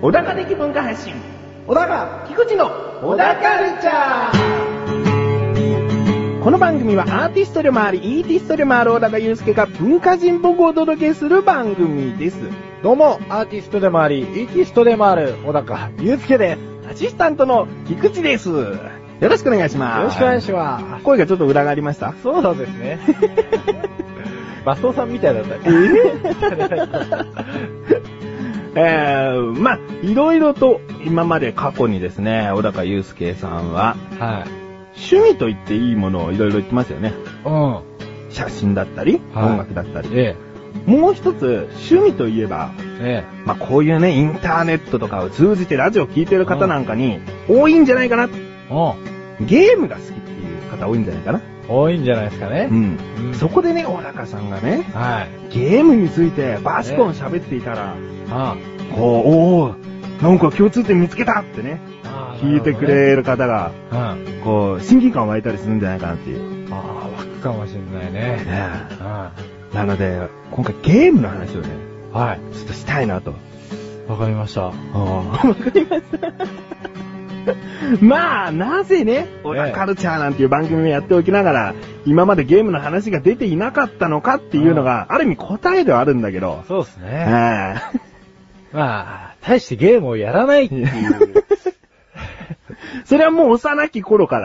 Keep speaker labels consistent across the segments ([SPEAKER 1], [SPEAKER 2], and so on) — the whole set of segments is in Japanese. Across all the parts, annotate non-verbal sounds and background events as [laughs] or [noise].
[SPEAKER 1] 小高的文化発信小高菊池の小高カルチャーこの番組はアーティストでもありイーティストでもある小高祐介が文化人っぽくお届けする番組です
[SPEAKER 2] どうも、アーティストでもあり、イーティストでもある、小高祐介です。
[SPEAKER 1] アシスタントの菊池ですよろしくお願いします
[SPEAKER 2] よろしくお願いし
[SPEAKER 1] ま
[SPEAKER 2] ます
[SPEAKER 1] 声がちょっと裏がありました
[SPEAKER 2] す。そうなんです
[SPEAKER 1] [laughs]
[SPEAKER 2] ね。 [laughs] マスオさんみたいだったね。 [laughs]
[SPEAKER 1] えー、まあ、いろいろと今まで過去にですね、小高祐介さんは、
[SPEAKER 2] はい。
[SPEAKER 1] 趣味と言っていいものをいろいろ言ってますよね。
[SPEAKER 2] う
[SPEAKER 1] 写真だったり、
[SPEAKER 2] はい
[SPEAKER 1] 音楽だったり。
[SPEAKER 2] え
[SPEAKER 1] もう一つ、趣味といえば、
[SPEAKER 2] え、え
[SPEAKER 1] まあ、こういうね、インターネットとかを通じてラジオ聞いてる方なんかに、多いんじゃないかな。
[SPEAKER 2] え。うん。
[SPEAKER 1] ゲームが好きっていう方多いんじゃないかな。
[SPEAKER 2] 多いんじゃないですかね
[SPEAKER 1] う。ん。
[SPEAKER 2] うん
[SPEAKER 1] そこでね、小高さんがね、
[SPEAKER 2] はい。
[SPEAKER 1] ゲームについてバシコン喋っていたら、
[SPEAKER 2] あ
[SPEAKER 1] こう、おー、なんか共通点見つけたってね、
[SPEAKER 2] あ
[SPEAKER 1] 聞いてく。れる方が、
[SPEAKER 2] なるほどね
[SPEAKER 1] こう、親近感湧いたりするんじゃないかなっていう。
[SPEAKER 2] うん。ああ、湧くかもしれないね。
[SPEAKER 1] ね
[SPEAKER 2] うん。は
[SPEAKER 1] なので、今回ゲームの話をね、
[SPEAKER 2] い。
[SPEAKER 1] ちょっとしたいなと。
[SPEAKER 2] わかりました。
[SPEAKER 1] わかりました。まあ、なぜね、小
[SPEAKER 2] え
[SPEAKER 1] 田
[SPEAKER 2] え
[SPEAKER 1] カルチャーなんていう番組をやっておきながら、今までゲームの話が出ていなかったのかっていうのが、ある意味答えではあるんだけど、
[SPEAKER 2] そうです
[SPEAKER 1] え
[SPEAKER 2] ね。
[SPEAKER 1] え
[SPEAKER 2] まあ、大してゲームをやらないっ
[SPEAKER 1] [laughs]
[SPEAKER 2] ていう。
[SPEAKER 1] それはもう幼き頃か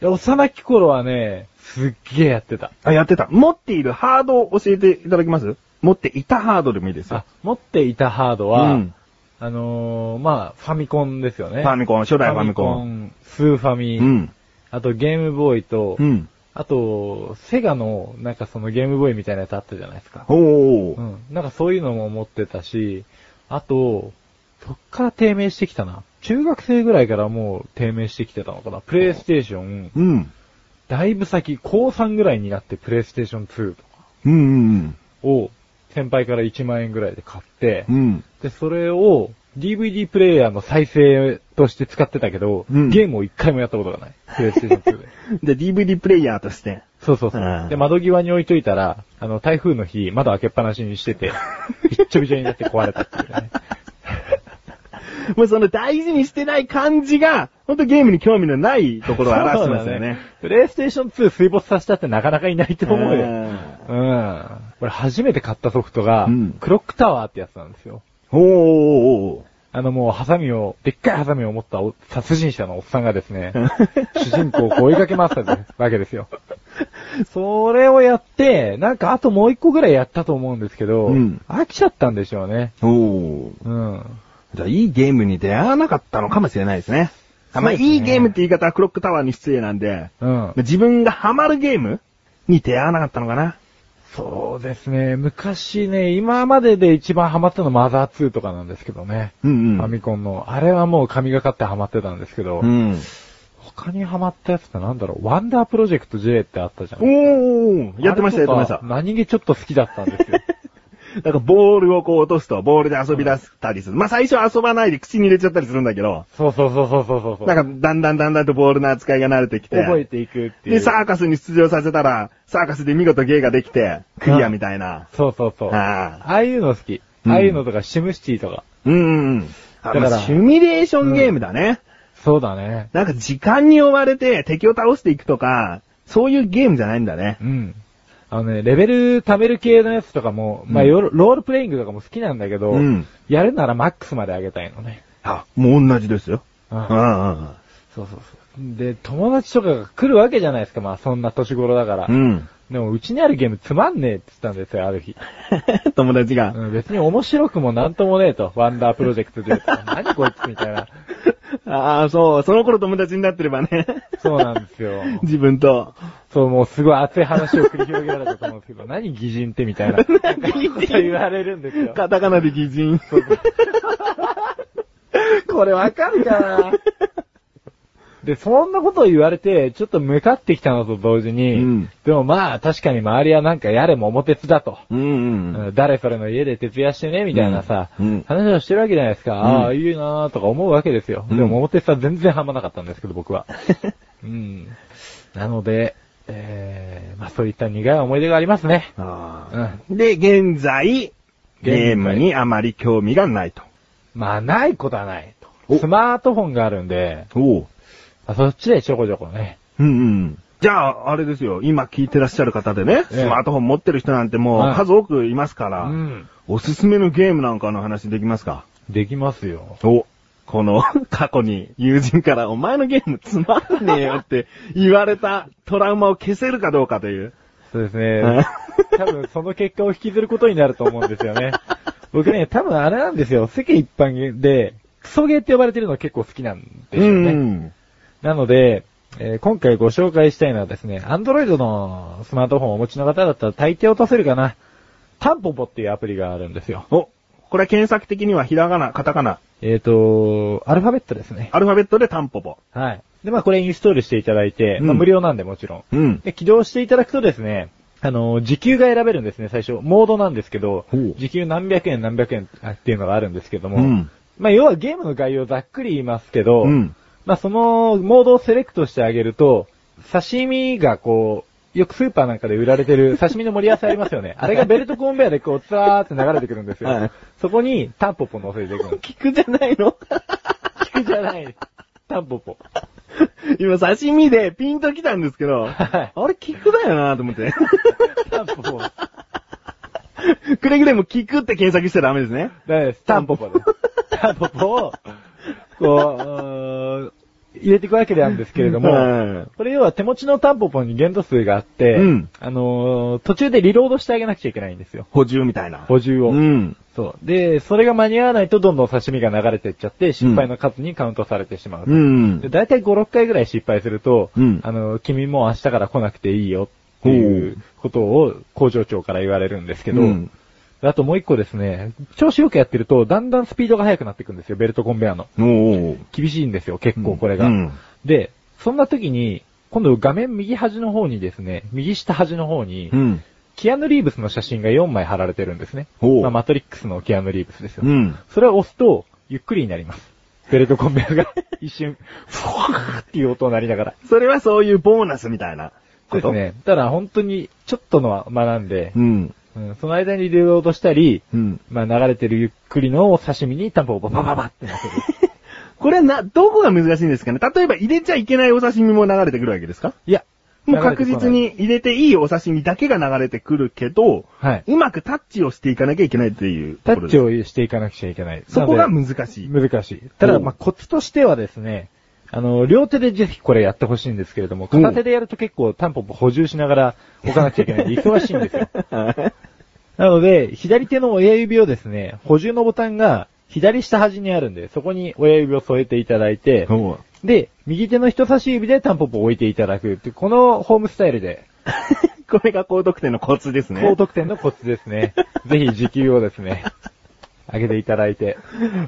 [SPEAKER 1] ら、
[SPEAKER 2] 幼き頃はね、すっげえやってた。
[SPEAKER 1] あ、やってた。持っているハードを教えていただけます持っていたハードでもいいですよ
[SPEAKER 2] あ。、持っていたハードは、
[SPEAKER 1] うん
[SPEAKER 2] あのー、まあ、ファミコンですよ
[SPEAKER 1] フ
[SPEAKER 2] ね。
[SPEAKER 1] ァミコン、初代ファミコン。
[SPEAKER 2] ンスーファミ、
[SPEAKER 1] うん。
[SPEAKER 2] あとゲームボーイと、
[SPEAKER 1] うん。
[SPEAKER 2] あと、セガの、なんかそのゲームボーイみたいなやつあったじゃないですか。
[SPEAKER 1] お
[SPEAKER 2] う
[SPEAKER 1] ー。
[SPEAKER 2] ん。なんかそういうのも持ってたし、あと、そっから低迷してきたな。中学生ぐらいからもう低迷してきてたのかな。プレイステーション、
[SPEAKER 1] うん。
[SPEAKER 2] だいぶ先、高3ぐらいになってプレイステーション2とか
[SPEAKER 1] うんうん
[SPEAKER 2] を、先輩から1万円ぐらいで買って、
[SPEAKER 1] うん。うん。
[SPEAKER 2] で、それを DVD プレイヤーの再生として使ってたけど、
[SPEAKER 1] うん
[SPEAKER 2] ゲームを一回もやったことがない。プレイステーション2で。
[SPEAKER 1] で、DVD プレイヤーとして。
[SPEAKER 2] そうそうそう。
[SPEAKER 1] うん
[SPEAKER 2] で、窓際に置いといたら、あの、台風の日、窓開けっぱなしにして
[SPEAKER 1] [laughs]
[SPEAKER 2] て、びっちょびちょになって壊れたっていうね。
[SPEAKER 1] もうその大事にしてない感じが、ほんとゲームに興味のないところを表してますよね。
[SPEAKER 2] プレイステーション2水没させたってなかなかいないと思うよ。うん。俺初めて買ったソフトが、
[SPEAKER 1] うん
[SPEAKER 2] クロックタワーってやつなんですよ。
[SPEAKER 1] おーおーおー
[SPEAKER 2] あのもうハサミを、でっかいハサミを持ったお殺人者のおっさんがで
[SPEAKER 1] [laughs]
[SPEAKER 2] すね、主人公を追いかけ回したわけですよ。それをやって、なんかあともう一個ぐらいやったと思うんですけど、
[SPEAKER 1] うん
[SPEAKER 2] 飽きちゃったんでしょうね。
[SPEAKER 1] おーおー
[SPEAKER 2] うん。
[SPEAKER 1] じゃあ、いいゲームに出会わなかったのかもしれないですね。あまあ、
[SPEAKER 2] そうですね
[SPEAKER 1] いいゲームって言い方はクロックタワーに失礼なんで、
[SPEAKER 2] うん。
[SPEAKER 1] 自分がハマるゲームに出会わなかったのかな。
[SPEAKER 2] そうですね。昔ね、今までで一番ハマったのマザー2とかなんですけどね。
[SPEAKER 1] うん
[SPEAKER 2] ファミコンの。あれはもう神がかってハマってたんですけど、
[SPEAKER 1] うん。
[SPEAKER 2] 他にハマったやつってなんだろう。ワンダープロジェクト J ってあったじゃん。
[SPEAKER 1] おーやってました、やってまし
[SPEAKER 2] あれ
[SPEAKER 1] た
[SPEAKER 2] と。か何気ちょっと好きだったんです
[SPEAKER 1] [laughs]
[SPEAKER 2] よ。
[SPEAKER 1] なんかボールをこう落とすと、ボールで遊び出したりする。まあ最初は遊ばないで口に入れちゃったりするんだけど、
[SPEAKER 2] そうそうそうそうそうそう。
[SPEAKER 1] なんかだんだんだんだんとボールの扱いが慣れてきて、
[SPEAKER 2] 覚えていくっていう。
[SPEAKER 1] で、サーカスに出場させたら、サーカスで見事芸ができ
[SPEAKER 2] [laughs]
[SPEAKER 1] て、クリアみたいな。
[SPEAKER 2] そうそうそう。あ
[SPEAKER 1] ああ。
[SPEAKER 2] あいうの好き。
[SPEAKER 1] うん
[SPEAKER 2] ああいうのとか、シムシティとか。
[SPEAKER 1] うんうん。だか、
[SPEAKER 2] だからら
[SPEAKER 1] シミュレーションゲームだね。
[SPEAKER 2] そうだね。
[SPEAKER 1] なんか時間に追われて敵を倒していくとか、そういうゲームじゃないんだね
[SPEAKER 2] う。ん。あのね、レベル貯める系のやつとかも、まあ、
[SPEAKER 1] うん
[SPEAKER 2] よろロールプレイングとかも好きなんだけど、
[SPEAKER 1] うん
[SPEAKER 2] やるならマックスまで上げたいのね。
[SPEAKER 1] あ、もう同じですよ。
[SPEAKER 2] うん
[SPEAKER 1] うんうん
[SPEAKER 2] そうそうそう。で、友達とかが来るわけじゃないですか、まあ、そんな年頃だから。
[SPEAKER 1] うん。う
[SPEAKER 2] [laughs]
[SPEAKER 1] ん。
[SPEAKER 2] でも、うちにあるゲームつまんねえって言ったんですよ、ある日。
[SPEAKER 1] 友達が。
[SPEAKER 2] うん、別に面白くもなんともねえと、ワンダープロジェクトで。
[SPEAKER 1] [laughs]
[SPEAKER 2] 何こいつみたいな。
[SPEAKER 1] ああ、そう、その頃友達になってればね。
[SPEAKER 2] そうなんですよ。
[SPEAKER 1] [laughs] 自分と。
[SPEAKER 2] そう、もうすごい熱い話を繰り広げられたと思うんですけど、何擬人ってみた
[SPEAKER 1] [laughs]
[SPEAKER 2] いな。こと言われるんですよ。
[SPEAKER 1] カタカナで擬人。 [laughs]
[SPEAKER 2] これわかるかな [laughs] で、そんなことを言われて、ちょっと向かってきたのと同時に、
[SPEAKER 1] うん
[SPEAKER 2] でもまあ確かに周りはなんかやれ桃鉄だと。
[SPEAKER 1] うんうん。
[SPEAKER 2] 誰それの家で徹夜してね、みたいなさ、
[SPEAKER 1] うんうん
[SPEAKER 2] 話をしてるわけじゃないですか。
[SPEAKER 1] ん
[SPEAKER 2] ああ、いいなーとか思うわけですよ。
[SPEAKER 1] うん [laughs]
[SPEAKER 2] でも、桃鉄は全然ハマなかったんですけど、僕は。ううん。なので、えー、まあそういった苦い思い出がありますね。
[SPEAKER 1] あーで、現在、ゲームにあまり興味がないと。
[SPEAKER 2] まあないことはないと
[SPEAKER 1] お
[SPEAKER 2] スマートフォンがあるんで、
[SPEAKER 1] おう。
[SPEAKER 2] まあそっちでちょこちょこね。
[SPEAKER 1] うんうん。じゃあ、あれですよ。今聞いてらっしゃる方でね、
[SPEAKER 2] ええ
[SPEAKER 1] スマートフォン持ってる人なんても
[SPEAKER 2] は
[SPEAKER 1] う
[SPEAKER 2] い
[SPEAKER 1] 数多くいますから、
[SPEAKER 2] うん。
[SPEAKER 1] おすすめのゲームなんかの話できますか
[SPEAKER 2] できますよ。
[SPEAKER 1] お、この [laughs] 過去に友人からお前のゲームつまんねえよって言われたトラウマを消せるかどうかという。
[SPEAKER 2] そうですね。多分その結果を引きずることになると思うんです
[SPEAKER 1] [laughs]
[SPEAKER 2] よね。僕ね、多分あれなんですよ。世間一般で、クソゲーって呼ばれてるの結構好きなんですよね。
[SPEAKER 1] うん。
[SPEAKER 2] なので、えー今回ご紹介したいのはですね、Android のスマートフォンをお持ちの方だったら大抵落とせるかな。タンポポっていうアプリがあるんですよ。
[SPEAKER 1] お、これは検索的にはひらがな、カタカナ、
[SPEAKER 2] えっ、と、アルファベットですね。
[SPEAKER 1] アルファベットでタンポポ。
[SPEAKER 2] はい。で、まあこれインストールしていただいて、まあ
[SPEAKER 1] うん
[SPEAKER 2] 無料なんでもちろん。
[SPEAKER 1] うん。
[SPEAKER 2] で、起動していただくとですね、あの、時給が選べるんですね、最初。モードなんですけど
[SPEAKER 1] ほう、
[SPEAKER 2] 時給何百円何百円っていうのがあるんですけども、
[SPEAKER 1] うん
[SPEAKER 2] まあ要はゲームの概要ざっくり言いますけど、
[SPEAKER 1] うん。
[SPEAKER 2] まあそのモードをセレクトしてあげると、刺身がこう、よくスーパーなんかで売られてる刺身の盛り合わせあります
[SPEAKER 1] [laughs]
[SPEAKER 2] よね。あれがベルトコンベアでこう、ツワーって流れてくるんですよ。
[SPEAKER 1] はい
[SPEAKER 2] そこにタンポポ乗せていくの。
[SPEAKER 1] 聞くじゃないの [laughs]
[SPEAKER 2] 聞くじゃない。タンポポ。
[SPEAKER 1] 今刺身でピンと来たんですけど、
[SPEAKER 2] はい
[SPEAKER 1] あれ聞くだよなと思って。
[SPEAKER 2] タンポポ。
[SPEAKER 1] くれぐれも聞くって検索しちゃダメですね。
[SPEAKER 2] ダメです。タンポポです。タン
[SPEAKER 1] [laughs]
[SPEAKER 2] ポポを、こう、うーん入れていくわけなんですけれども、
[SPEAKER 1] ん
[SPEAKER 2] これ要は手持ちのタンポポに限度数があって、
[SPEAKER 1] うん
[SPEAKER 2] あのー途中でリロードしてあげなくちゃいけないんですよ。
[SPEAKER 1] 補充みたいな。
[SPEAKER 2] 補充を。
[SPEAKER 1] うん。
[SPEAKER 2] そう。で、それが間に合わないとどんどん刺身が流れていっちゃって、失敗の数にカウントされてしまう。
[SPEAKER 1] う
[SPEAKER 2] で
[SPEAKER 1] ん。
[SPEAKER 2] 大体5、6回ぐらい失敗すると、
[SPEAKER 1] うん
[SPEAKER 2] あの、君もう明日から来なくていいよっていうことを工場長から言われるんですけど、
[SPEAKER 1] うん
[SPEAKER 2] あともう一個ですね、調子よくやってると、だんだんスピードが速くなっていくんですよ、ベルトコンベアの。
[SPEAKER 1] おー
[SPEAKER 2] 厳しいんですよ、結構これが。
[SPEAKER 1] うん
[SPEAKER 2] で、そんな時に、今度画面右端の方にですね、右下端の方に、
[SPEAKER 1] うん。
[SPEAKER 2] キアヌ・リーブスの写真が4枚貼られてるんですね。
[SPEAKER 1] おう
[SPEAKER 2] まあ、マトリックスのキアヌ・リーブスですよ。
[SPEAKER 1] うん。
[SPEAKER 2] それを押すと、ゆっくりになります。ベルトコン
[SPEAKER 1] [laughs]
[SPEAKER 2] ベアが一瞬、ふわーっていう音になりながら。
[SPEAKER 1] それはそういうボーナスみたいな
[SPEAKER 2] そ
[SPEAKER 1] こ
[SPEAKER 2] うです
[SPEAKER 1] と。
[SPEAKER 2] ね。ただ本当に、ちょっとのは学んで
[SPEAKER 1] う、ん。
[SPEAKER 2] うんその間にリロードしたり、
[SPEAKER 1] うん。
[SPEAKER 2] まあ流れてるゆっくりの刺身にタンポポババババってなってる。
[SPEAKER 1] これな、どこが難しいんですかね例えば入れちゃいけないお刺身も流れてくるわけですか
[SPEAKER 2] いや、
[SPEAKER 1] もう確実に入れていいお刺身だけが流れてくるけど、
[SPEAKER 2] はい。
[SPEAKER 1] うまくタッチをしていかなきゃいけないっていう
[SPEAKER 2] タ
[SPEAKER 1] ところ
[SPEAKER 2] ッ
[SPEAKER 1] です。
[SPEAKER 2] チをしていかなくちゃいけない。
[SPEAKER 1] そこが
[SPEAKER 2] なの
[SPEAKER 1] 難しい。
[SPEAKER 2] で難しい。た
[SPEAKER 1] お
[SPEAKER 2] だ、
[SPEAKER 1] う
[SPEAKER 2] まあ、コツとしてはですね、あの、両手でぜひこれやってほしいんですけれども、片手でやると結構タンポポ補充しながら置かなくちゃいけないんで忙しいんで
[SPEAKER 1] [laughs]
[SPEAKER 2] すよ。なので、左手の親指をですね、補充のボタンが左下端にあるんで、そこに親指を添えていただ
[SPEAKER 1] [laughs]
[SPEAKER 2] いて、
[SPEAKER 1] お
[SPEAKER 2] で、右手の人差し指でタンポポを置いていただくっていう、このホームスタイルで
[SPEAKER 1] これが高得点のコツですね。
[SPEAKER 2] 高得点のコツで
[SPEAKER 1] [laughs]
[SPEAKER 2] すね。ぜひ時給をですね、上げていただいて。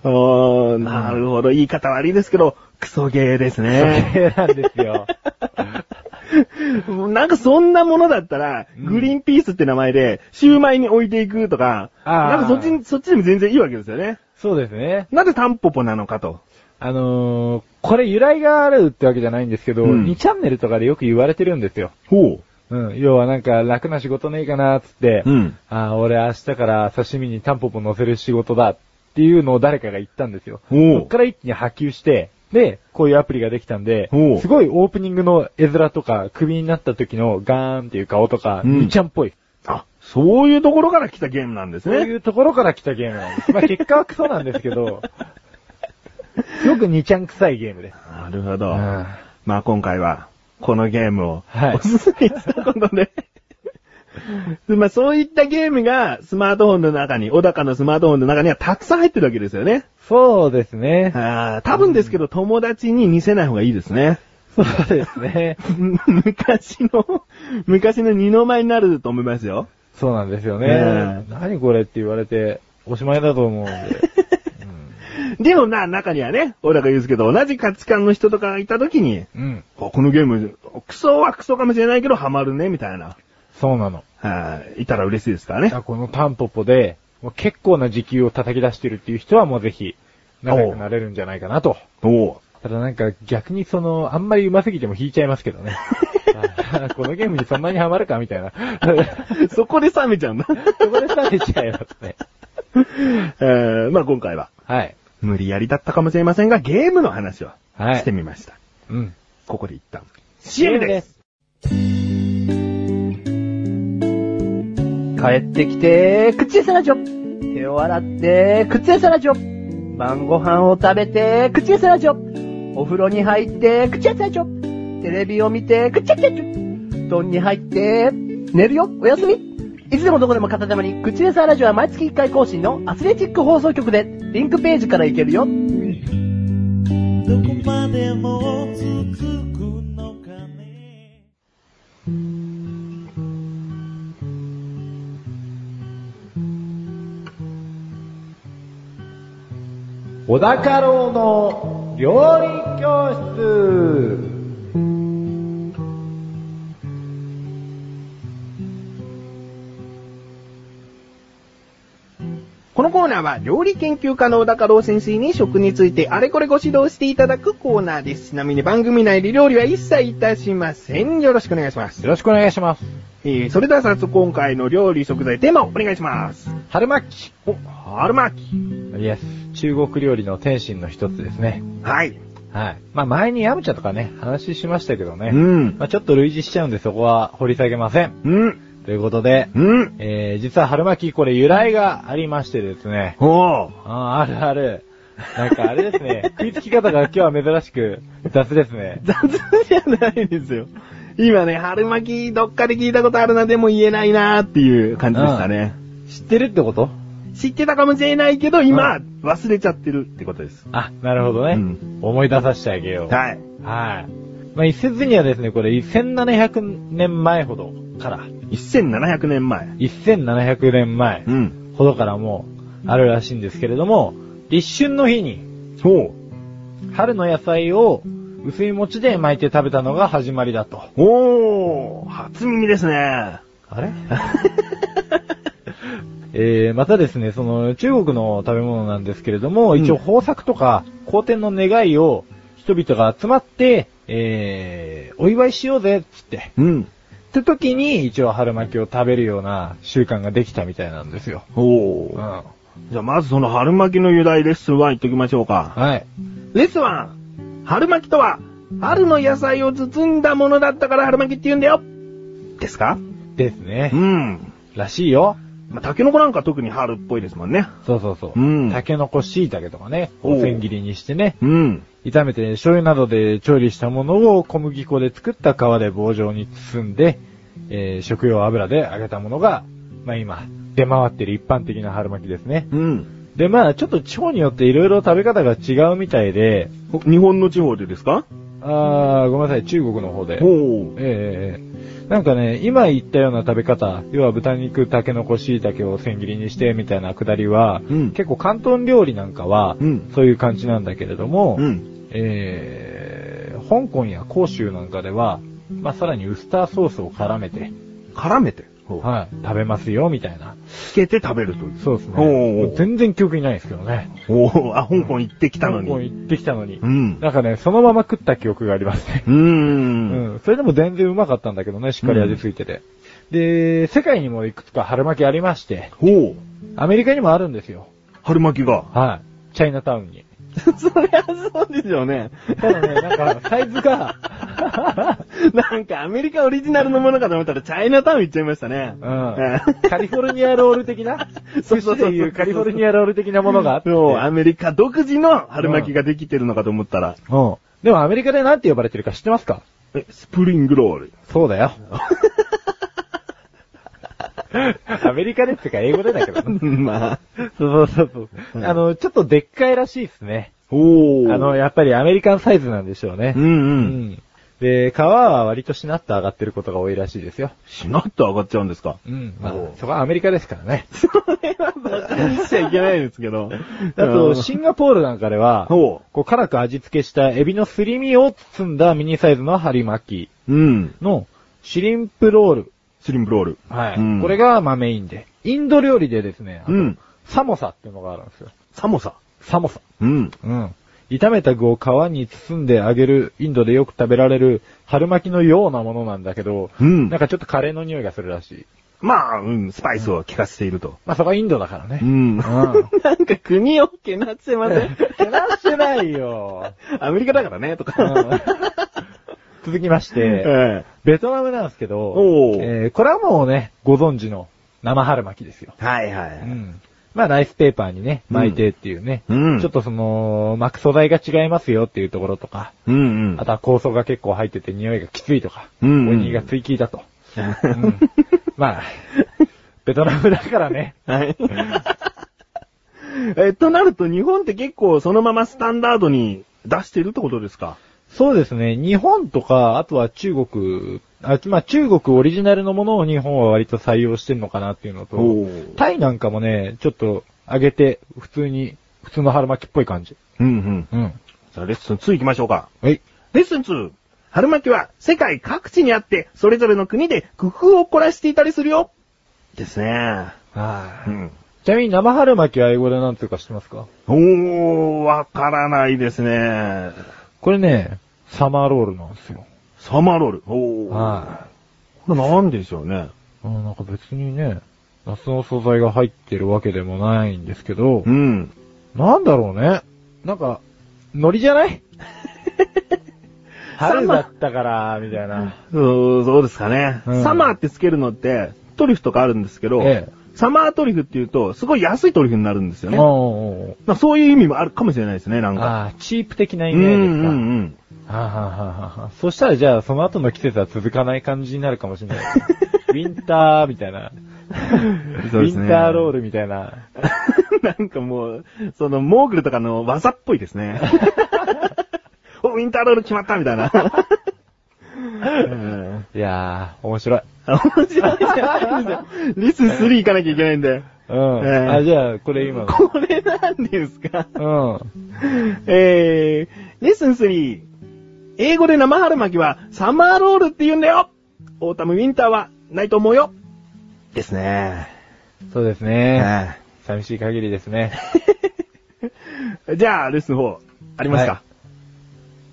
[SPEAKER 1] おー、なるほど。言い方悪いですけど、クソゲーですね。
[SPEAKER 2] そうなんです
[SPEAKER 1] [laughs]
[SPEAKER 2] よ。
[SPEAKER 1] なんかそんなものだったら、
[SPEAKER 2] うん
[SPEAKER 1] グリーンピースって名前で、シューマイに置いていくとか、
[SPEAKER 2] あー
[SPEAKER 1] なんかそっちに、そっちでも全然いいわけですよね。
[SPEAKER 2] そうですね。
[SPEAKER 1] なんでタンポポなのかと。
[SPEAKER 2] あのー、これ由来があるってわけじゃないんですけど、
[SPEAKER 1] うん
[SPEAKER 2] 2チャンネルとかでよく言われてるんですよ。
[SPEAKER 1] ほ
[SPEAKER 2] うん。要はなんか楽な仕事ねえかなっつって、
[SPEAKER 1] うん。
[SPEAKER 2] あー俺明日から刺身にタンポポ乗せる仕事だっていうのを誰かが言ったんですよ。
[SPEAKER 1] おう
[SPEAKER 2] そっから一気に波及して、で、こういうアプリができたんで
[SPEAKER 1] おう、
[SPEAKER 2] すごいオープニングの絵面とか、首になった時のガーンっていう顔とか、
[SPEAKER 1] うん
[SPEAKER 2] 2ちゃんっぽい。
[SPEAKER 1] あ、そういうところから来たゲームなんです
[SPEAKER 2] そう
[SPEAKER 1] ね。
[SPEAKER 2] いうところから来たゲームなんです。まあ結果はクソなんですけ
[SPEAKER 1] [laughs]
[SPEAKER 2] ど、すごく2ちゃん臭いゲームです。
[SPEAKER 1] なるほど。
[SPEAKER 2] うん
[SPEAKER 1] まあ今回は、このゲームを、
[SPEAKER 2] はい
[SPEAKER 1] おすすめしたことで、 [laughs] まあそういったゲームが、スマートフォンの中に、小高のスマートフォンの中にはたくさん入ってるわけですよね。
[SPEAKER 2] そうですね。
[SPEAKER 1] ああ、多分ですけど、友達に見せない方がいいですね。
[SPEAKER 2] そうですね。
[SPEAKER 1] [laughs] 昔の、昔の二の舞になると思いますよ。
[SPEAKER 2] そうなんですよね。
[SPEAKER 1] ねえ
[SPEAKER 2] 何これって言われて、おしまいだと思うん
[SPEAKER 1] [laughs]
[SPEAKER 2] で。
[SPEAKER 1] でもな、中にはね、小高祐介と同じ価値観の人とかがいた時に、
[SPEAKER 2] うん。
[SPEAKER 1] あこのゲーム、クソはクソかもしれないけど、ハマるね、みたいな。
[SPEAKER 2] そうなの。
[SPEAKER 1] はい、いたら嬉しいですからね。
[SPEAKER 2] あこのタンポポで、もう結構な時給を叩き出してるっていう人はもうぜひ、仲良くなれるんじゃないかなと。 [laughs]
[SPEAKER 1] おう
[SPEAKER 2] ただなんか逆にその、あんまり上手すぎても引いちゃいますけ
[SPEAKER 1] [laughs]
[SPEAKER 2] どね。あこのゲームにそんなにハマるかみたいな。 [laughs]
[SPEAKER 1] そこで冷めちゃうんだ。 [laughs]
[SPEAKER 2] そこで冷めちゃいますね。
[SPEAKER 1] えー、まあ今回は、
[SPEAKER 2] はい。
[SPEAKER 1] 無理やりだったかもしれませんが、ゲームの話を
[SPEAKER 2] はい
[SPEAKER 1] してみました。
[SPEAKER 2] うん。
[SPEAKER 1] ここで一旦、CM です。
[SPEAKER 3] 帰ってきて、口エサラジオ手を洗って、口エサラジオ晩ご飯を食べて、口エサラジオお風呂に入って、口エサラジオテレビを見て、口エサラジオ布団に入って、寝るよおやすみいつでもどこでも片手間に、口エサラジオは毎月1回更新のアスレチック放送局で、リンクページから行けるよ
[SPEAKER 4] どこまでも続くのかね
[SPEAKER 2] 小高郎の料理教室
[SPEAKER 1] このコーナーは料理研究家の小高郎先生に食についてあれこれご指導していただくコーナーです。ちなみに番組内で料理は一切いたしません。よろしくお願いします。
[SPEAKER 2] よろしくお願いします。
[SPEAKER 1] えー、それでは早速今回の料理食材テーマをお願いします。
[SPEAKER 2] 春巻き。
[SPEAKER 1] お、春巻き。
[SPEAKER 2] イエス。中国料理の天津の一つですね。
[SPEAKER 1] はい。
[SPEAKER 2] はい。まあ前にヤムチャとかね、話しましたけどね。
[SPEAKER 1] うん。
[SPEAKER 2] まあちょっと類似しちゃうんでそこは掘り下げません。
[SPEAKER 1] うん。
[SPEAKER 2] ということで、
[SPEAKER 1] うん。
[SPEAKER 2] えー、実は春巻きこれ由来がありましてですね。
[SPEAKER 1] おー。 [laughs]
[SPEAKER 2] あーあるある。なんかあれです [laughs] ね。食いつき方が今日は珍しく雑ですね。
[SPEAKER 1] 雑じゃないですよ。今ね、春巻きどっかで聞いたことあるな、でも言えないなーっていう感じでしたね。
[SPEAKER 2] 知ってるってこと
[SPEAKER 1] 知ってたかもしれないけど、今、忘れちゃってるってことです。
[SPEAKER 2] あ、なるほどね。
[SPEAKER 1] うん
[SPEAKER 2] 思い出させてあげよう。
[SPEAKER 1] はい。
[SPEAKER 2] はい。まあ一説にはですね、これ1700年前ほどから、
[SPEAKER 1] 1700年前。
[SPEAKER 2] 1700年前
[SPEAKER 1] うん。
[SPEAKER 2] ほどからもあるらしいんですけれども、立春の日に
[SPEAKER 1] そう。
[SPEAKER 2] 春の野菜を薄い餅で巻いて食べたのが始まりだと。
[SPEAKER 1] おー、初耳です [laughs] ね。
[SPEAKER 2] あれ [laughs] えー、またですね、その中国の食べ物なんですけれども、
[SPEAKER 1] うん
[SPEAKER 2] 一応豊作とか好天の願いを人々が集まって、えー、お祝いしようぜっつって、
[SPEAKER 1] うん。
[SPEAKER 2] って時に一応春巻きを食べるような習慣ができたみたいなんですよ。
[SPEAKER 1] お
[SPEAKER 2] うん。
[SPEAKER 1] ー。
[SPEAKER 2] は
[SPEAKER 1] じゃあ、まずその春巻きの由来レッスン1行っときましょうか。
[SPEAKER 2] い。
[SPEAKER 1] レッスン 1! 春巻きとは、春の野菜を包んだものだったから春巻きって言うんだよですか
[SPEAKER 2] ですね
[SPEAKER 1] う。ん。
[SPEAKER 2] らしいよ。
[SPEAKER 1] まあ、タケノコなんか特に春っぽいですもんね。
[SPEAKER 2] そうそうそう。
[SPEAKER 1] うん
[SPEAKER 2] タケノコ、椎茸とかね、
[SPEAKER 1] おう
[SPEAKER 2] 千切りにしてね、
[SPEAKER 1] うん。
[SPEAKER 2] 炒めて醤油などで調理したものを小麦粉で作った皮で棒状に包んで、えー食用油で揚げたものが、まあ今、出回ってる一般的な春巻きですね。
[SPEAKER 1] うん。
[SPEAKER 2] で、まあちょっと地方によって色々食べ方が違うみたいで、
[SPEAKER 1] 日本の地方でですか
[SPEAKER 2] あー、ごめんなさい、中国の方で。
[SPEAKER 1] おー。
[SPEAKER 2] ええなんかね、今言ったような食べ方、要は豚肉、タケノコ、椎茸を千切りにしてみたいなくだりは、
[SPEAKER 1] うん
[SPEAKER 2] 結構広東料理なんかは、
[SPEAKER 1] うん
[SPEAKER 2] そういう感じなんだけれども、
[SPEAKER 1] うん。
[SPEAKER 2] ええ香港や広州なんかでは、まあ、さらにウスターソースを絡めて、
[SPEAKER 1] 絡めて。は
[SPEAKER 2] はい、食べますよ、みたいな。
[SPEAKER 1] い。つけて食べるという。
[SPEAKER 2] そうですね。
[SPEAKER 1] おー
[SPEAKER 2] もう全然記憶にないですけどね。
[SPEAKER 1] おー、あ、香港行ってきたの
[SPEAKER 2] 香港
[SPEAKER 1] に。
[SPEAKER 2] 行ってきたのに。
[SPEAKER 1] うん。
[SPEAKER 2] なんかね、そのまま食った記憶がありますね。
[SPEAKER 1] うーん。
[SPEAKER 2] うん。それでも全然うまかったんだけどね、しっかり味付いてて。で、世界にもいくつか春巻きありまして、
[SPEAKER 1] おー。
[SPEAKER 2] アメリカにもあるんですよ。
[SPEAKER 1] 春巻きが。
[SPEAKER 2] はい。チャイナタウンに。
[SPEAKER 1] [laughs] そりゃそうでしょうね。
[SPEAKER 2] ただね、なんか、サイズが、
[SPEAKER 1] [laughs] なんかアメリカオリジナルのものかと思ったらチャイナタウン行っちゃいましたね。
[SPEAKER 2] うん
[SPEAKER 1] ええ。
[SPEAKER 2] カリフォルニアロール的な
[SPEAKER 1] そう
[SPEAKER 2] 寿
[SPEAKER 1] そうそう
[SPEAKER 2] 司でいうカリフォルニアロール的なものがあって。
[SPEAKER 1] そう、アメリカ独自の春巻きができてるのかと思ったら、
[SPEAKER 2] うん。でもアメリカでなんて呼ばれてるか知ってますか
[SPEAKER 1] え、スプリングロール。
[SPEAKER 2] そう
[SPEAKER 1] [laughs]
[SPEAKER 2] だよ。アメリカでってか英語でだけど。そう
[SPEAKER 1] まあ。
[SPEAKER 2] そうそうそう。あの、ちょっとでっかいらしいですね。
[SPEAKER 1] おー。
[SPEAKER 2] あの、、やっぱりアメリカンサイズなんでしょうね
[SPEAKER 1] う。んう。
[SPEAKER 2] うんで、皮は割としなっと上がってることが多いらしいですよ。
[SPEAKER 1] しなっと上がっちゃうんですか
[SPEAKER 2] うん。まあ
[SPEAKER 1] おう、
[SPEAKER 2] そこはアメリカですか
[SPEAKER 1] [laughs]
[SPEAKER 2] らね。
[SPEAKER 1] しちゃいけないですけど。
[SPEAKER 2] あと、シンガポールなんかでは、
[SPEAKER 1] ほ
[SPEAKER 2] こう、辛く味付けしたエビのすり身を包んだミニサイズの針巻
[SPEAKER 1] う。うん。
[SPEAKER 2] きのシリンプロール。
[SPEAKER 1] スリンブロール。
[SPEAKER 2] はい。
[SPEAKER 1] うん
[SPEAKER 2] これが、まあメインで。インド料理でですね、あと
[SPEAKER 1] うん
[SPEAKER 2] サモサっていうのがあるんですよ。
[SPEAKER 1] 寒さ。
[SPEAKER 2] サモサ。
[SPEAKER 1] うん。
[SPEAKER 2] うん。炒めた具を皮に包んで揚げる、インドでよく食べられる、春巻きのようなものなんだけど、
[SPEAKER 3] うん
[SPEAKER 2] なんかちょっとカレーの匂いがするらしい。
[SPEAKER 3] まあ、うん、スパイスを効かせていると。
[SPEAKER 2] まあ、そこはインドだから
[SPEAKER 3] う
[SPEAKER 2] ね。
[SPEAKER 3] ん。
[SPEAKER 2] う。
[SPEAKER 3] [laughs] なんんか国をけなってません。
[SPEAKER 2] けなしてないよ。
[SPEAKER 3] アメリカだからね、と
[SPEAKER 2] う
[SPEAKER 3] か。
[SPEAKER 2] ん続きまし [laughs]
[SPEAKER 3] え
[SPEAKER 2] て、
[SPEAKER 3] え
[SPEAKER 2] ベトナムなんですけど、
[SPEAKER 3] おー
[SPEAKER 2] えーこれはもうね、ご存知の生春巻きですよ。
[SPEAKER 3] はいは
[SPEAKER 2] う
[SPEAKER 3] い。
[SPEAKER 2] ん。まあ、ライスペーパーにね、巻いてっていうね。
[SPEAKER 3] うん
[SPEAKER 2] ちょっとその、巻く素材が違いますよっていうところとか、
[SPEAKER 3] うんうん
[SPEAKER 2] あ。とは酵素が結構入ってて匂いがきついとか、
[SPEAKER 3] うん
[SPEAKER 2] おにが追記だ [laughs] と。うんまあ、ベトナムだからね。
[SPEAKER 3] はい。え、となると日本って結構そのままスタンダードに出してるってことですか
[SPEAKER 2] そうですね。日本とか、あとは中国、あまあ中国オリジナルのものを日本は割と採用してるのかなっていうのと、
[SPEAKER 3] ー
[SPEAKER 2] タイなんかもね、ちょっと揚げて、普通に、普通の春巻きっぽい感じ。
[SPEAKER 3] うんうん。
[SPEAKER 2] うん。
[SPEAKER 3] さあ、レッスン2行きましょうか。
[SPEAKER 2] はい。
[SPEAKER 3] レッスン 2! 春巻きは世界各地にあって、それぞれの国で工夫を凝らしていたりするよですね。
[SPEAKER 2] あ
[SPEAKER 3] う
[SPEAKER 2] あ
[SPEAKER 3] ん。
[SPEAKER 2] ちなみに生春巻きは英語で何ていうか知ってますか
[SPEAKER 3] おー、わからないですね。
[SPEAKER 2] これね、サマーロールなんですよ。
[SPEAKER 3] サマーロール。おー。
[SPEAKER 2] は
[SPEAKER 3] これなんでしょうね。
[SPEAKER 2] い。うんなんか別にね、夏の素材が入ってるわけでもないんですけど
[SPEAKER 3] う、ん。
[SPEAKER 2] なんだろうね。なんか、海苔じゃない
[SPEAKER 3] [laughs]
[SPEAKER 2] 春だったから、みたいな。
[SPEAKER 3] そうそうですかね、
[SPEAKER 2] うん
[SPEAKER 3] サマーってつけるのって、トリュフとかあるんですけど、
[SPEAKER 2] ええ
[SPEAKER 3] サマートリュフっていうと、すごい安いトリュフになるんですよね。
[SPEAKER 2] おうおう
[SPEAKER 3] まあそういう意味もあるかもしれないですね、な
[SPEAKER 2] お
[SPEAKER 3] ん
[SPEAKER 2] う
[SPEAKER 3] か。
[SPEAKER 2] ああ、チープ的な
[SPEAKER 3] う
[SPEAKER 2] イ
[SPEAKER 3] ん
[SPEAKER 2] メ
[SPEAKER 3] う
[SPEAKER 2] ージですか。
[SPEAKER 3] んうん。
[SPEAKER 2] はあはあはあはあそしたらじゃあ、その後の季節は続かない感じになるかもしれな
[SPEAKER 3] [laughs]
[SPEAKER 2] い。ウィンターみたいな。
[SPEAKER 3] そう
[SPEAKER 2] ウ
[SPEAKER 3] ですね
[SPEAKER 2] ィンターロールみたいな。
[SPEAKER 3] [laughs] なんかもう、その、モーグルとかの技っぽいです [laughs] ね。お、ウィンターロール決まったみたい [laughs] な。うん
[SPEAKER 2] いやー、面白い。
[SPEAKER 3] 面白いじゃないんですよ。リス3行かなきゃいけないんで。
[SPEAKER 2] うん。
[SPEAKER 3] ええ
[SPEAKER 2] あ、じゃあ、これ今の。
[SPEAKER 3] [laughs] これなんですか
[SPEAKER 2] うん。
[SPEAKER 3] [laughs] えー、レッスン3。英語で生春巻きはサマーロールって言うんだよオータムウィンターはないと思うよですね。
[SPEAKER 2] そうですね。
[SPEAKER 3] え
[SPEAKER 2] 寂しい限りですね。
[SPEAKER 3] えじゃあ、レッスン4、ありますか、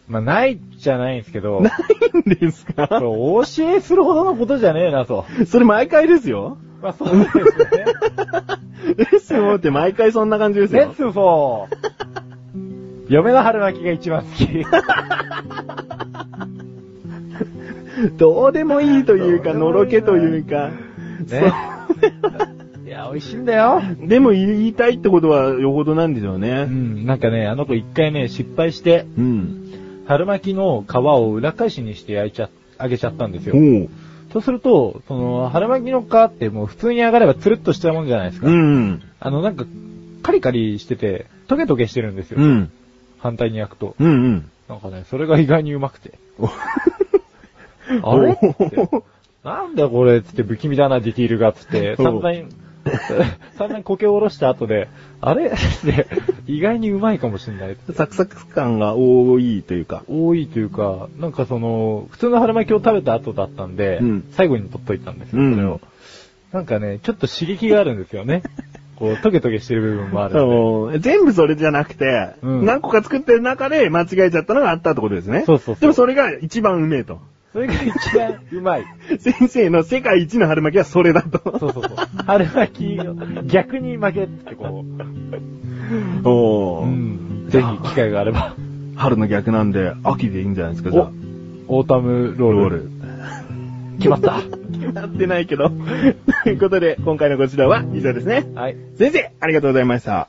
[SPEAKER 2] まあ、ないじゃないんですけど、
[SPEAKER 3] ないん [laughs] ですか
[SPEAKER 2] これお教えするほどのことじゃねえなと。
[SPEAKER 3] それ毎回ですよ。
[SPEAKER 2] まあ、そうですね。
[SPEAKER 3] [laughs] レッスン4って毎回そんな感じです
[SPEAKER 2] レ
[SPEAKER 3] よ
[SPEAKER 2] ッ。ツ4。嫁の春巻きが一番好
[SPEAKER 3] [laughs]
[SPEAKER 2] き。
[SPEAKER 3] どうでもいいというか、の
[SPEAKER 2] ど
[SPEAKER 3] ろ
[SPEAKER 2] うで
[SPEAKER 3] けと
[SPEAKER 2] もいいな
[SPEAKER 3] いうか。
[SPEAKER 2] ね。いや、美味しいんだよ。
[SPEAKER 3] でも言いたいってことはよほどなんでしょう
[SPEAKER 2] う
[SPEAKER 3] ね。
[SPEAKER 2] ん、なんかね、あの子一回ね、失敗して、
[SPEAKER 3] うん。
[SPEAKER 2] 春巻きの皮を裏返しにして焼いちゃ、揚げちゃったんですよ。
[SPEAKER 3] おう。
[SPEAKER 2] そうすると、その、春巻きの皮ってもう普通に揚がればつるっとしたもんじゃないですか。
[SPEAKER 3] うん。
[SPEAKER 2] あの、なんか、カリカリしてて、トゲトゲしてるんですよ。
[SPEAKER 3] うん。
[SPEAKER 2] 反対に焼くと。
[SPEAKER 3] うんうん。
[SPEAKER 2] なんかね、それが意外にうまくて。 [laughs] あれってなんだこれっつって不気味だな、ディティールがっつ
[SPEAKER 3] [laughs]
[SPEAKER 2] って、
[SPEAKER 3] お
[SPEAKER 2] 散々、 [laughs] 散々苔を下ろした後で、あれって、意外にうまいかもしんない。
[SPEAKER 3] サクサク感が多いというか。
[SPEAKER 2] 多いというか、なんかその、普通の春巻きを食べた後だったんで、
[SPEAKER 3] うん
[SPEAKER 2] 最後に取っといたんです
[SPEAKER 3] う
[SPEAKER 2] よ、それ
[SPEAKER 3] ん
[SPEAKER 2] を。。なんかね、ちょっと刺激があるんですよね。こう、トゲトゲしてる部分もあ
[SPEAKER 3] あ
[SPEAKER 2] る
[SPEAKER 3] [laughs]
[SPEAKER 2] んで。
[SPEAKER 3] の全部それじゃなくて、
[SPEAKER 2] うん
[SPEAKER 3] 何個か作ってる中で間違えちゃったのがあったってことですね。
[SPEAKER 2] そうそうそう
[SPEAKER 3] でもそれが一番うめえと。 [laughs]
[SPEAKER 2] それが一番うまい。
[SPEAKER 3] 先生の世界一の春巻きはそれだと。
[SPEAKER 2] そうそうそう。春巻きを、逆に負けってこう。
[SPEAKER 3] お
[SPEAKER 2] う
[SPEAKER 3] ー
[SPEAKER 2] ん。ぜひ機会があれば。
[SPEAKER 3] 春の逆なんで、秋でいいんじゃないですか、じゃあ。
[SPEAKER 2] オータムロール。
[SPEAKER 3] ロール。
[SPEAKER 2] 決まった。
[SPEAKER 3] 決まって [laughs] ないけど。ということで、今回のご指導は以上ですね。
[SPEAKER 2] はい。
[SPEAKER 3] 先生、ありがとうございました。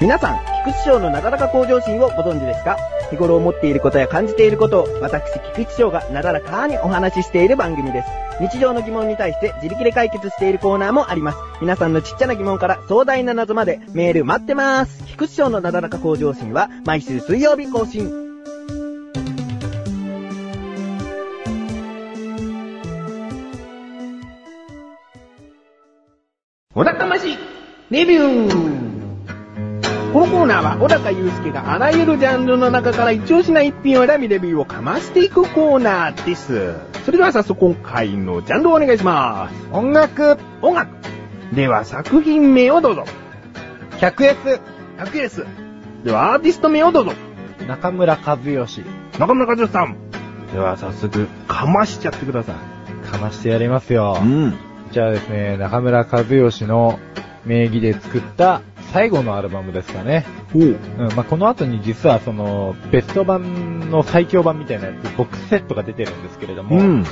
[SPEAKER 1] 皆さん、菊池賞のなだらか向上心をご存知ですか日頃思っていることや感じていることを、私、菊池翔がなだらかにお話ししている番組です。日常の疑問に対して自力で解決しているコーナーもあります。皆さんのちっちゃな疑問から壮大な謎までメール待ってます。菊池賞のなだらか向上心は毎週水曜日更新。
[SPEAKER 3] 小高ましレビューこのコーナーは小高祐介があらゆるジャンルの中から一押しな一品を選びレビューをかましていくコーナーです。それでは早速今回のジャンルをお願いします。
[SPEAKER 2] 音楽、
[SPEAKER 3] 音楽では作品名をどうぞ。
[SPEAKER 2] 100S、
[SPEAKER 3] 100円です。では、アーティスト名をどうぞ。
[SPEAKER 2] 中村和義。
[SPEAKER 3] 中村和義さん。では、早速、かましちゃってください。
[SPEAKER 2] かましてやりますよ。
[SPEAKER 3] ん。
[SPEAKER 2] じゃあですね、中村和義の名義で作った最後のアルバムですかね。
[SPEAKER 3] ほう。
[SPEAKER 2] うん、まあ、この後に実はその、ベスト版の最強版みたいなやつ、ボックスセットが出てるんですけれども、
[SPEAKER 3] うん。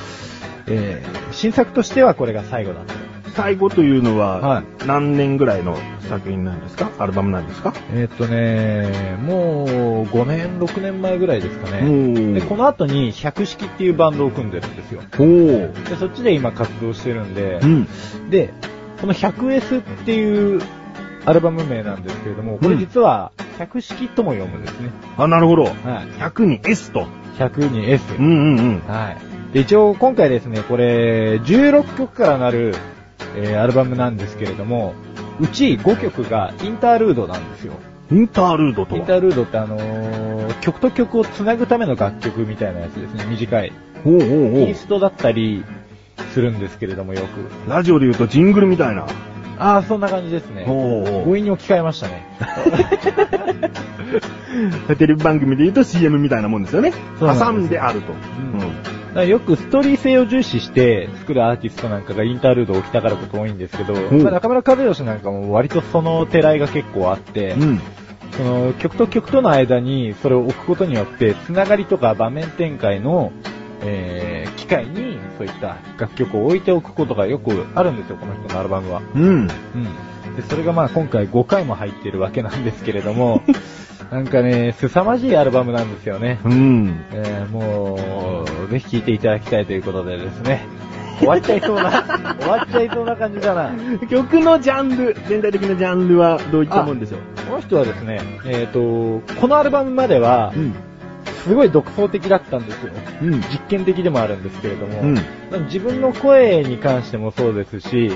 [SPEAKER 2] えー新作としてはこれが最後だった。
[SPEAKER 3] 最後というの
[SPEAKER 2] は
[SPEAKER 3] は、
[SPEAKER 2] い
[SPEAKER 3] 何年ぐらいの作品なんですかアルバムなんですか
[SPEAKER 2] えーっとね、もう5年、6年前ぐらいですかね。で、こ
[SPEAKER 3] ほ
[SPEAKER 2] の後に百式っていうバンドを組んでるんですよ。
[SPEAKER 3] う。ほう。
[SPEAKER 2] で、そっちで今活動してるんで
[SPEAKER 3] う、ん。
[SPEAKER 2] で、この 100S っていうアルバム名なんですけれども、これ実は百式とも読むんですね。
[SPEAKER 3] あ、なるほど。
[SPEAKER 2] はい。
[SPEAKER 3] 100に S と。
[SPEAKER 2] 100に S。
[SPEAKER 3] うんうんうん。
[SPEAKER 2] はい。で、一応今回ですね、これ、16曲からなる、えーアルバムなんですけれども、うち5曲がインタールードなんですよ。
[SPEAKER 3] インタールードと
[SPEAKER 2] イ
[SPEAKER 3] は。
[SPEAKER 2] ンタールードってあのー曲と曲をつなぐための楽曲みたいなやつですね、短い。
[SPEAKER 3] ほうほう
[SPEAKER 2] イ
[SPEAKER 3] ほ
[SPEAKER 2] ンストだったりするんですけれども、よく。
[SPEAKER 3] う。ラジオで言うとジングルみたいな。
[SPEAKER 2] ああ、そんな感じですね。
[SPEAKER 3] ほうほ
[SPEAKER 2] 強引に置き換えましたね。
[SPEAKER 3] う。テレビ番組で言うと CM みたいなもんですよね。
[SPEAKER 2] そうなんです
[SPEAKER 3] 挟んであると。
[SPEAKER 2] んだからよくストーリー性を重視して作るアーティストなんかがインタールードを置きたがること多いんですけど、
[SPEAKER 3] ん
[SPEAKER 2] まあ中村和義なんかも割とその手らいが結構あって、
[SPEAKER 3] うん。
[SPEAKER 2] その曲と曲との間にそれを置くことによって、つながりとか場面展開の、えー、機会にそういった楽曲を置いておくことがよくあるんですよ、この人のアルバムは。
[SPEAKER 3] うん。
[SPEAKER 2] うん。で、それがまあ今回5回も入ってるわけなんですけれど
[SPEAKER 3] [laughs]
[SPEAKER 2] も、なんかね、凄まじいアルバムなんですよね。
[SPEAKER 3] うん。
[SPEAKER 2] えー、もう、ぜひ聴いていただきたいということでですね。終わっちゃいそう
[SPEAKER 3] [laughs]
[SPEAKER 2] な、終わっちゃいそうな感じだな。
[SPEAKER 3] 曲のジャンル、全体的なジャンルはどういったもんでしょう
[SPEAKER 2] この人はですね、えっ、と、このアルバムまでは、
[SPEAKER 3] ん。
[SPEAKER 2] すごい独創的だったんですよ。
[SPEAKER 3] うん。
[SPEAKER 2] 実験的でもあるんですけれども、
[SPEAKER 3] うん
[SPEAKER 2] でも自分の声に関してもそうですし、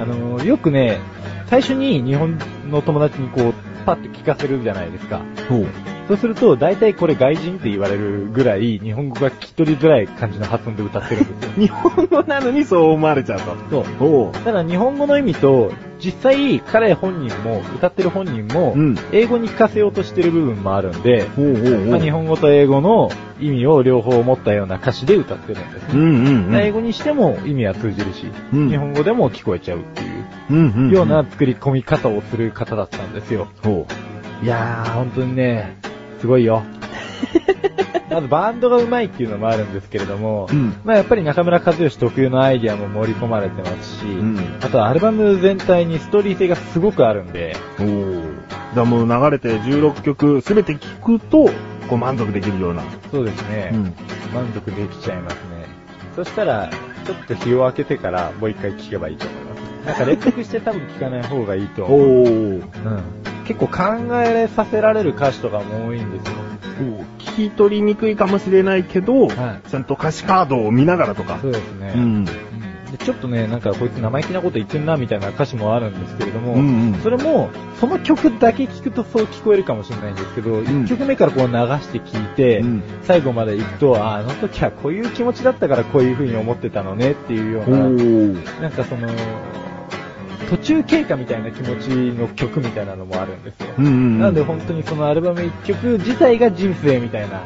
[SPEAKER 2] あのよくね、最初に日本の友達にこう、パッと聞かせるじゃないですか。
[SPEAKER 3] ほう。。
[SPEAKER 2] そうすると、大体これ外人って言われるぐらい、日本語が聞き取りづらい感じの発音で歌ってるんですよ
[SPEAKER 3] 日本語なのに [laughs] そう思われちゃうと。
[SPEAKER 2] そう。
[SPEAKER 3] ほう。
[SPEAKER 2] ただ日本語の意味と、実際彼本人も、歌ってる本人も、
[SPEAKER 3] うん
[SPEAKER 2] 英語に聞かせようとしてる部分もあるんで、
[SPEAKER 3] ほうほう
[SPEAKER 2] まあ、日本語と英語の意味を両方持ったような歌詞で歌ってるんですね。
[SPEAKER 3] うんうんうん。
[SPEAKER 2] 英語にしても意味は通じるし、
[SPEAKER 3] うん
[SPEAKER 2] 日本語でも聞こえちゃうってい
[SPEAKER 3] うんうん。
[SPEAKER 2] うような作り込み方をする方だったんですよ。
[SPEAKER 3] ほ
[SPEAKER 2] いやー、本当にね、すごい
[SPEAKER 3] [laughs]
[SPEAKER 2] よ。まずバンドが上手いっていうのもあるんですけれども、
[SPEAKER 3] うん
[SPEAKER 2] まあやっぱり中村和義特有のアイディアも盛り込まれてますし、
[SPEAKER 3] うん
[SPEAKER 2] あとはアルバム全体にストーリー性がすごくあるんで、
[SPEAKER 3] う。ほう。じゃあもう流れて16曲すべて聴くと、こう満足できるような。
[SPEAKER 2] そうですね、
[SPEAKER 3] うん
[SPEAKER 2] 満足できちゃいますね。そしたら、ちょっと日を明けてからもう一回聴けばいいと思います。なんか連続して多分聴かない方がいいと思う。
[SPEAKER 3] お。
[SPEAKER 2] うん、結構考えさせられる歌詞とかも多いんですよ。
[SPEAKER 3] 聞き取りにくいかもしれないけど、
[SPEAKER 2] はい
[SPEAKER 3] ちゃんと歌詞カードを見ながらとか。
[SPEAKER 2] そうですね。
[SPEAKER 3] うん。
[SPEAKER 2] でちょっとね、なんかこいつ生意気なこと言ってんなみたいな歌詞もあるんですけれども、
[SPEAKER 3] うんうん
[SPEAKER 2] それも、その曲だけ聞くとそう聞こえるかもしれないんですけど、
[SPEAKER 3] ん
[SPEAKER 2] 1曲目からこう流して聞いて、
[SPEAKER 3] うん
[SPEAKER 2] 最後まで行くと、ああの時はこういう気持ちだったからこういう風に思ってたのねっていうような、
[SPEAKER 3] ー。
[SPEAKER 2] なんかその、途中経過みたいな気持ちの曲みたいなのもあるんですよ。
[SPEAKER 3] うんうん。
[SPEAKER 2] なので本当にそのアルバム1曲自体が人生みたいな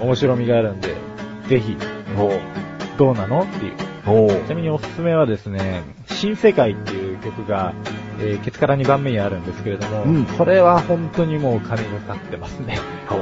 [SPEAKER 2] 面白みがあるんで、ぜひ、どうなのっていう。
[SPEAKER 3] ほう。
[SPEAKER 2] ちなみにおすすめはですね、新世界っていう曲が、えーケツから2番目にあるんですけれども、
[SPEAKER 3] うん
[SPEAKER 2] これは本当にもう神がかってますね。は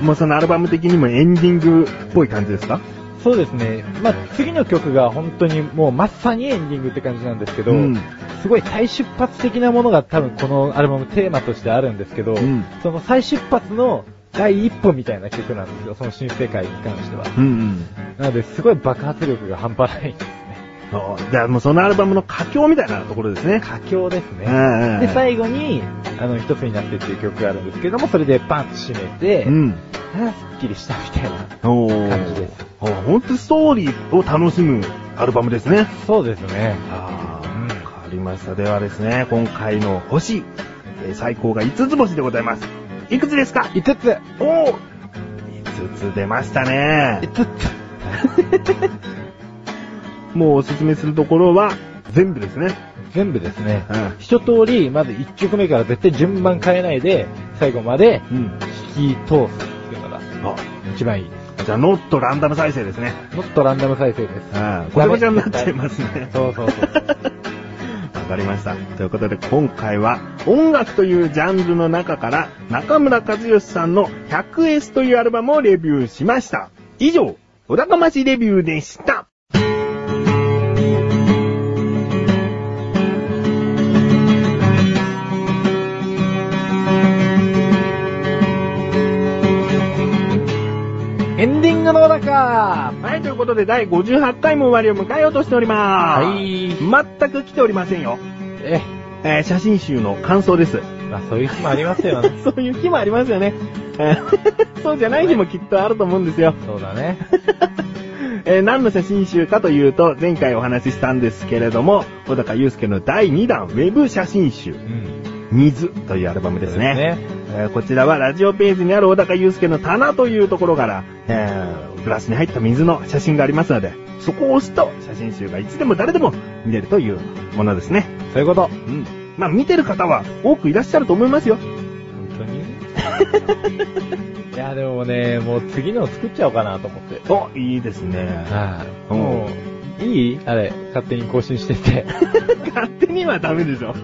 [SPEAKER 2] い
[SPEAKER 3] もうそのアルバム的にもエンディングっぽい感じですか
[SPEAKER 2] そうですね、まあ次の曲が本当にもうまさにエンディングって感じなんですけど、
[SPEAKER 3] うん
[SPEAKER 2] すごい再出発的なものが多分このアルバムテーマとしてあるんですけど、
[SPEAKER 3] ん
[SPEAKER 2] その再出発の第一歩みたいな曲なんですよ、その新世界に関しては。
[SPEAKER 3] うんうん。
[SPEAKER 2] なのですごい爆発力が半端ないですね。
[SPEAKER 3] そうじゃあもうそのアルバムの佳境みたいなところですね。
[SPEAKER 2] 佳境ですね。
[SPEAKER 3] うんうん
[SPEAKER 2] で、最後に、あの、一つになってっていう曲があるんですけども、それでパンと締めて、
[SPEAKER 3] うん。
[SPEAKER 2] ああ、すっきりしたみたいな。
[SPEAKER 3] お
[SPEAKER 2] 感じです
[SPEAKER 3] ほんとストーリーを楽しむアルバムですね。
[SPEAKER 2] そうですね。
[SPEAKER 3] あ
[SPEAKER 2] うん
[SPEAKER 3] ーわかりました。ではですね、今回の星、えー最高が5つ星でございます。いくつですか
[SPEAKER 2] 5つ
[SPEAKER 3] おお !5 つ出ましたね。
[SPEAKER 2] !5
[SPEAKER 3] もうおすすめするところは、全部ですね。
[SPEAKER 2] つ全部ですね、
[SPEAKER 3] うん
[SPEAKER 2] 一通り、まず1曲目から絶対順番変えないで、最後まで
[SPEAKER 3] うん。
[SPEAKER 2] 引き通すっていうのが
[SPEAKER 3] あ、
[SPEAKER 2] 一番いいです。
[SPEAKER 3] じゃあ、ノットランダム再生ですね。
[SPEAKER 2] もっとランダム再生です。
[SPEAKER 3] うん。ごちゃごちゃになっちゃいますね。
[SPEAKER 2] そうそうそう。
[SPEAKER 3] わかりました。ということで今回は音楽というジャンルの中から中村和義さんの 100S というアルバムをレビューしました。以上、お高ましレビューでした。
[SPEAKER 2] [laughs] エンディングの中
[SPEAKER 3] はい、ということで第58回も終わりを迎えようとしておりま
[SPEAKER 2] は
[SPEAKER 3] す。
[SPEAKER 2] い。
[SPEAKER 3] 全く来ておりませんよ。
[SPEAKER 2] え、
[SPEAKER 3] えー写真集の感想です。
[SPEAKER 2] まあそういう日もありますよね。
[SPEAKER 3] そういう日もありますよね。 [laughs] えーそうじゃない日もきっとあると思うんですよ。
[SPEAKER 2] [laughs] そうだね。
[SPEAKER 3] えー何の写真集かというと、前回お話ししたんですけれども、小高祐介の第2弾、ウェブ写真集
[SPEAKER 2] う、ん。
[SPEAKER 3] 水というアルバムですね。
[SPEAKER 2] そうですね
[SPEAKER 3] えーこちらはラジオページにある小高祐介の棚というところから、えーグラスに入った水の写真がありますので、そこを押すと写真集がいつでも誰でも見れるというものですね。
[SPEAKER 2] そういうこと。
[SPEAKER 3] うん。まあ見てる方は多くいらっしゃると思いますよ。
[SPEAKER 2] 本当に [laughs] いや、でもね、もう次の作っちゃおうかなと思って。
[SPEAKER 3] お、いいですね。
[SPEAKER 2] あ
[SPEAKER 3] うん
[SPEAKER 2] もう、いいあれ、勝手に更新して [laughs] て、
[SPEAKER 3] 勝手にはダメでしょ。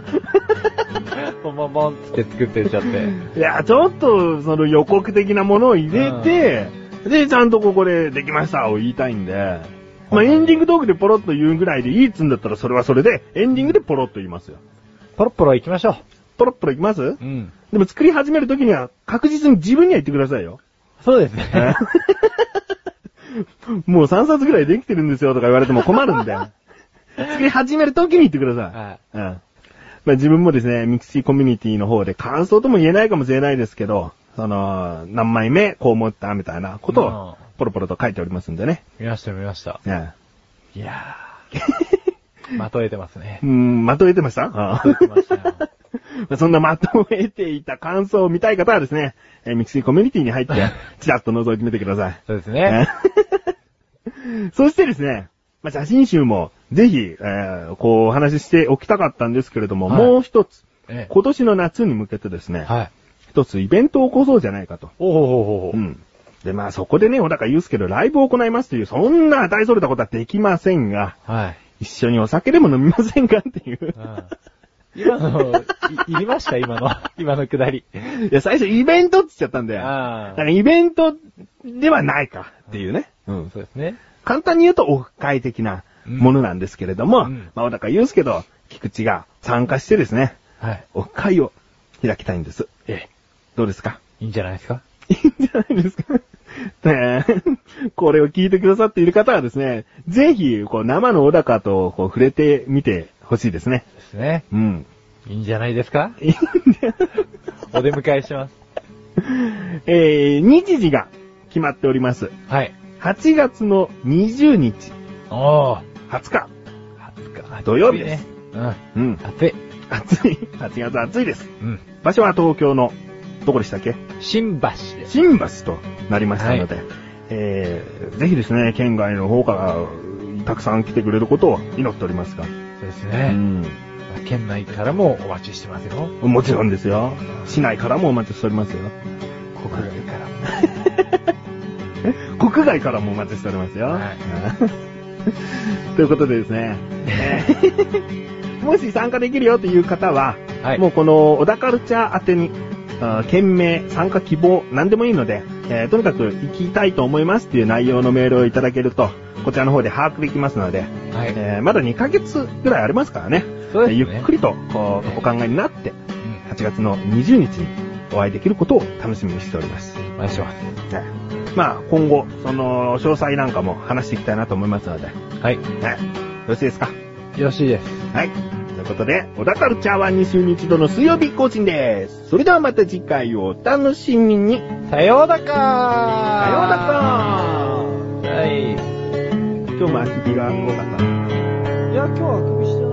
[SPEAKER 2] ボンボンボンつって作ってっちゃって。
[SPEAKER 3] いや、ちょっと、その予告的なものを入れて、で、ちゃんとここでできましたを言いたいんで、まあ、エンディングトークでポロッと言うぐらいでいいっつんだったらそれはそれで、エンディングでポロッと言いますよ。
[SPEAKER 2] ポロポロ行きましょ
[SPEAKER 3] ポロッポロいきます
[SPEAKER 2] う。うん。
[SPEAKER 3] でも作り始めるときには確実に自分には言ってくださいよ。
[SPEAKER 2] そうですね。
[SPEAKER 3] [laughs] もう3冊ぐらいできてるんですよとか言われても困るんで。作り始めるときに言ってくださ。
[SPEAKER 2] はい
[SPEAKER 3] うん。まあ自分もですね、ミクシーコミュニティの方で感想とも言えないかもしれないですけど、その、何枚目こう思ったみたいなことを
[SPEAKER 2] うん
[SPEAKER 3] ポロポロと書いておりますんでね。
[SPEAKER 2] い。見ました見ました。
[SPEAKER 3] うん。
[SPEAKER 2] いやー。 [laughs] まとえてますね
[SPEAKER 3] う。ん、まとえてました
[SPEAKER 2] まとえてましたよ。
[SPEAKER 3] そんな [laughs] まとえていた感想を見たい方はですね、えーミクシーコミュニティに
[SPEAKER 2] [laughs]
[SPEAKER 3] 入って、ちらっと覗いてみてください。
[SPEAKER 2] そうですね。
[SPEAKER 3] ね [laughs] そしてですね、まあ、写真集もぜひ、えーこうお話ししておきたかったんですけれども、
[SPEAKER 2] はい
[SPEAKER 3] もう一つ、
[SPEAKER 2] ええ
[SPEAKER 3] 今年の夏に向けてですね、
[SPEAKER 2] はい。
[SPEAKER 3] 一つイベントを起こそうじゃないかと。
[SPEAKER 2] おおおおお
[SPEAKER 3] うん。で、まあそこでね、小高祐介のライブを行いますという、そんな大それたことはできませんが、
[SPEAKER 2] はい。
[SPEAKER 3] 一緒にお酒でも飲みませんかっていう
[SPEAKER 2] う。ん今の、い、 [laughs] いりました今の。今のくだり。
[SPEAKER 3] いや、最初イベントって言っちゃったんだよ。
[SPEAKER 2] あ
[SPEAKER 3] だ
[SPEAKER 2] あ
[SPEAKER 3] からイベントではないかっていうね。うん
[SPEAKER 2] そうですね。
[SPEAKER 3] 簡単に言うとオフ会的なものなんですけれども、
[SPEAKER 2] うん
[SPEAKER 3] まあ、小高祐介と菊池が参加してですね、
[SPEAKER 2] はい。
[SPEAKER 3] オフ会を開きたいんです。
[SPEAKER 2] ええ。
[SPEAKER 3] どうですか
[SPEAKER 2] いいんじゃないですか
[SPEAKER 3] いいんじゃないですか [laughs] ねえ、 [laughs] これを聞いてくださっている方はですね、ぜひ、こう、生の小高と、こう、触れてみてほしいですね。
[SPEAKER 2] ですね。
[SPEAKER 3] うん。 [laughs]
[SPEAKER 2] いいんじゃないですか
[SPEAKER 3] いいんじゃ
[SPEAKER 2] お出迎えします。
[SPEAKER 3] えー、日時が決まっております。
[SPEAKER 2] はい。
[SPEAKER 3] 8月の20日、
[SPEAKER 2] おー。
[SPEAKER 3] 20日。
[SPEAKER 2] 20日
[SPEAKER 3] 土曜日です。
[SPEAKER 2] うん。
[SPEAKER 3] うん。
[SPEAKER 2] 暑い。
[SPEAKER 3] 暑い。8月暑いです。
[SPEAKER 2] うん。
[SPEAKER 3] 場所は東京の、どこでしたっけ
[SPEAKER 2] 新橋です。
[SPEAKER 3] 新橋となりましたので、えー、ぜひですね、県外の方からたくさん来てくれることを祈っておりますが、
[SPEAKER 2] そうです
[SPEAKER 3] う
[SPEAKER 2] ね。
[SPEAKER 3] ん、
[SPEAKER 2] まあ県内からもお待ちしてますよ。
[SPEAKER 3] もちろんですよ。市内からもお待ちしておりますよ。
[SPEAKER 2] 国外からも。
[SPEAKER 3] 国外からもお待ちしておりますよ。 [laughs]
[SPEAKER 2] はい
[SPEAKER 3] ということでですね、えーもし参加できるよという方は、
[SPEAKER 2] はい
[SPEAKER 3] もうこの小田カルチャー宛てに、あー件名、参加希望、何でもいいので、えーとにかく行きたいと思いますっていう内容のメールをいただけると、こちらの方で把握できますので、
[SPEAKER 2] はい。
[SPEAKER 3] えーまだ2ヶ月ぐらいありますからね。
[SPEAKER 2] そうですね
[SPEAKER 3] ゆっくりと、こう、お考えになって、
[SPEAKER 2] うん
[SPEAKER 3] 8月の20日にお会いできることを楽しみにしております。
[SPEAKER 2] お願いします。
[SPEAKER 3] ねまあ、今後、その、詳細なんかも話していきたいなと思いますので、ね
[SPEAKER 2] はい。よ
[SPEAKER 3] よろしいですか
[SPEAKER 2] ろしいです。
[SPEAKER 3] はい。ということで、小田カルチャーは2週に1度の水曜日更新です。それではまた次回をお楽しみに。さ
[SPEAKER 2] さ
[SPEAKER 3] よ
[SPEAKER 2] ようだかー
[SPEAKER 3] う
[SPEAKER 2] さ
[SPEAKER 3] なら
[SPEAKER 2] はい。
[SPEAKER 3] 今日も足切りが多かった。
[SPEAKER 2] いや、今日はあくびしてない。